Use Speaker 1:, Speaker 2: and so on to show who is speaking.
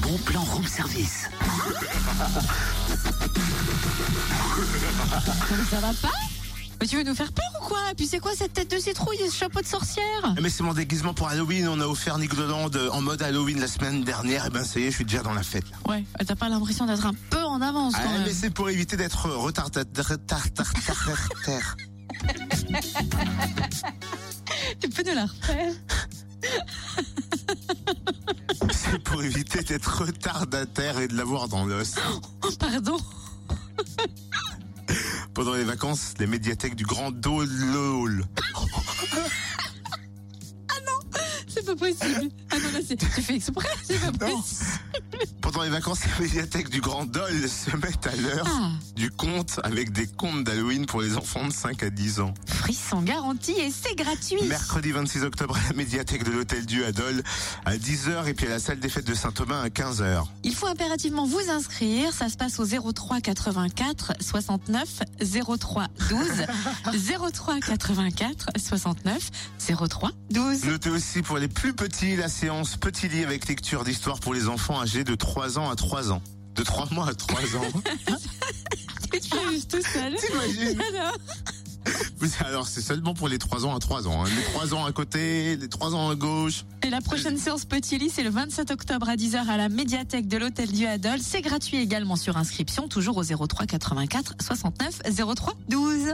Speaker 1: Gros plan room service.
Speaker 2: Ça va pas Mais tu veux nous faire peur ou quoi Et puis c'est quoi cette tête de citrouille et ce chapeau de sorcière
Speaker 3: Ah, Mais c'est mon déguisement pour Halloween. On a offert Nickelodeon de- en mode Halloween la semaine dernière. Et ben ça y est, je suis déjà dans la fête. là.
Speaker 2: Ouais, t'as pas l'impression d'être un peu en avance quand
Speaker 3: Ah, mais
Speaker 2: même.
Speaker 3: c'est pour éviter d'être retardataire.
Speaker 2: Tu peux nous la refaire
Speaker 3: C'est pour éviter d'être retardataire et de l'avoir dans l'os.
Speaker 2: Oh, Pardon
Speaker 3: Pendant les vacances, les médiathèques du Grand Dolol.
Speaker 2: C'est pas possible. Ah non, là, c'est tu fais exprès, c'est pas
Speaker 3: Non.
Speaker 2: possible.
Speaker 3: Pendant les vacances, les médiathèques du Grand Dol se mettent à l'heure
Speaker 2: Ah,
Speaker 3: du conte avec des contes d'Halloween pour les enfants de 5 à 10 ans.
Speaker 2: frisson garanti et c'est gratuit.
Speaker 3: Mercredi 26 octobre à la médiathèque de l'Hôtel Dieu à Dole à 10h et puis à la salle des fêtes de Saint-Thomas à 15h.
Speaker 2: Il faut impérativement vous inscrire. Ça se passe au 03 84 69 03 12. 03 84 69 03 12.
Speaker 3: Notez aussi pour les plus petits la séance Petit lit avec lecture d'histoire pour les enfants âgés de 3 ans à 3 ans. De 3 mois à 3 ans.
Speaker 2: Tu fais juste tout seul.
Speaker 3: T'imagines
Speaker 2: Alors,
Speaker 3: Vous- Alors c'est seulement pour les 3 ans à 3 ans. hein. Les 3 ans à côté, les 3 ans à gauche.
Speaker 2: Et la prochaine séance Petit Lit, c'est le 27 octobre à 10h à la médiathèque de l'Hôtel Dieu à Dole. C'est gratuit également sur inscription, toujours au 03 84 69 03 12.